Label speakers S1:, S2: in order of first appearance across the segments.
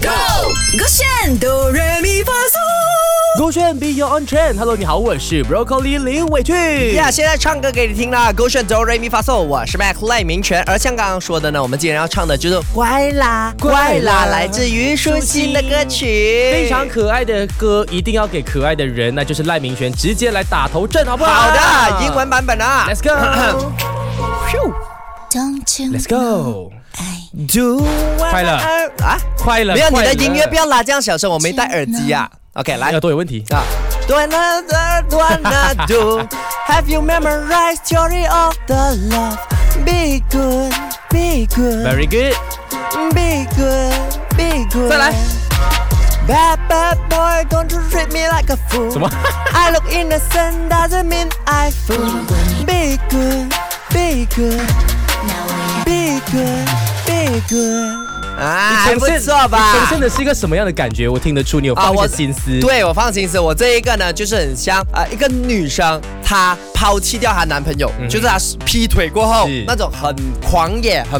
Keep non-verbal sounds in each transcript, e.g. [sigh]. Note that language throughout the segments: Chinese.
S1: Go！勾选哆瑞咪发嗦。
S2: 勾选 Be Your On Trend。Hello，你好，我是 Broccoli 林伟俊。
S3: 呀现在唱歌给你听啦，勾选走 re mi fa so，我是 Mac 赖明权。而像刚刚说的呢，我们今天要唱的就是《乖啦
S2: 乖
S3: 乖
S2: 啦
S3: 啦》，来自于舒心的歌曲，
S2: 非常可爱的歌，一定要给可爱的人，那就是赖明权，直接来打头阵，好不好？
S3: 好的英文版本啊。[coughs]
S2: ，Let's go，Let's
S1: Don't you
S2: go，
S3: Do
S2: 快乐
S3: 啊！
S2: 快了，
S3: 没有你的
S2: 快了
S3: 音乐不要拉这样小声，我没戴耳机啊。OK，来
S2: 耳朵有问题。
S3: 啊。Don't wanna, don't wanna do. Have you memorized theory of the love? Be good, be good.
S2: Very good，
S3: Be good, be good.
S2: 再来
S3: Bad bad boy, don't you treat me like a fool.
S2: 什么
S3: [laughs] I look innocent doesn't mean I fool. Be good, be good, be good, be good. 啊，还不错吧？
S2: 呈现的是一个什么样的感觉？我听得出你有放一些心思。，
S3: 对啊我放心思，我这一个呢，就是很像啊、呃一个女生她抛弃掉她男朋友，就是她劈腿过后
S2: 嗯是
S3: 那种很狂野、很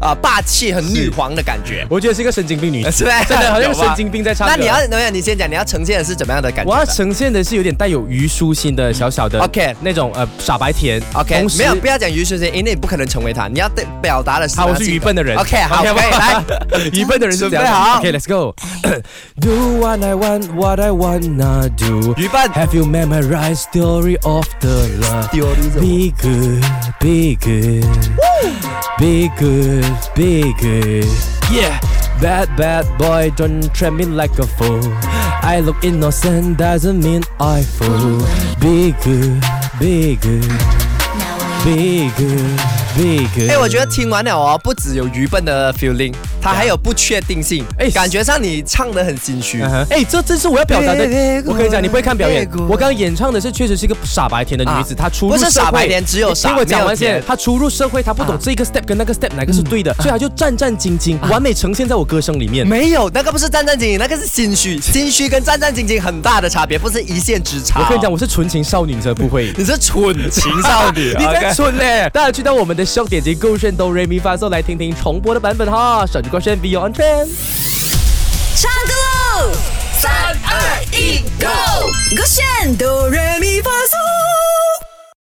S3: 啊、呃霸气、很女皇的感觉。
S2: 我觉得是一个神经病女，
S3: 是呗
S2: 真的好像
S3: [laughs] 有吧
S2: 神经病在唱歌。啊
S3: 那你要，等一下你先讲，你要呈现的是怎么样的感
S2: 我要
S3: 觉
S2: 呈现的是有点带有虞书欣的小小的
S3: OK
S2: 那种呃傻白甜
S3: ？OK，
S2: 同时
S3: 没有，不要讲虞书欣，因为你不可能成为她，你要对表达的是
S2: 好，我
S3: 她
S2: 是
S3: 性
S2: 愚
S3: 格
S2: 笨的人。
S3: OK，好，可以来，
S2: [laughs] 愚笨的人是这
S3: 准
S2: 样
S3: 备好
S2: OK，Let's go。Do what I want, what I wanna do.
S3: 愚笨。
S2: Have you memorized story of the love?
S3: 丢你怎么
S2: Be good, be good, be good, be good. Yeah, bad bad boy, don't treat me like a fool. I look innocent doesn't mean I fool. Be good, be good, be good, be good.
S3: 哎、我觉得听完了哦，不只有愚笨的 feeling，它还有不确定性，
S2: 哎
S3: 感觉上你唱的很心虚。
S2: 哎、这正是我要表达
S3: 别
S2: 的
S3: 别。过
S2: 我跟你讲，你不会看表演
S3: 别过。
S2: 我刚刚演唱的是，确实是一个傻白甜的女子，
S3: 啊
S2: 她出入
S3: 不
S2: 社会
S3: 是傻白甜只有傻
S2: 听我讲完
S3: 没有
S2: 先
S3: 甜，
S2: 她出入社会，她不懂
S3: 啊
S2: 这个 step 跟那个 step 哪个是对的，所以她就战战兢兢，完美呈现在我歌声里面。
S3: 没有，那个不是战战兢兢，那个是心虚。心虚跟战战兢兢很大的差别，不是一线之差。哦
S2: 我跟你讲，，我是纯情少女，你真的不会。
S3: 你是
S2: [laughs]
S3: 蠢情少女。
S2: 你真
S3: OK
S2: 蠢嘞！大家去到我们的 show 点击勾选哆瑞咪发嗦来听听重播的版本哈。手机勾选 Beyond Trend。
S1: 唱歌喽！三二一，Go！勾选哆瑞咪发嗦。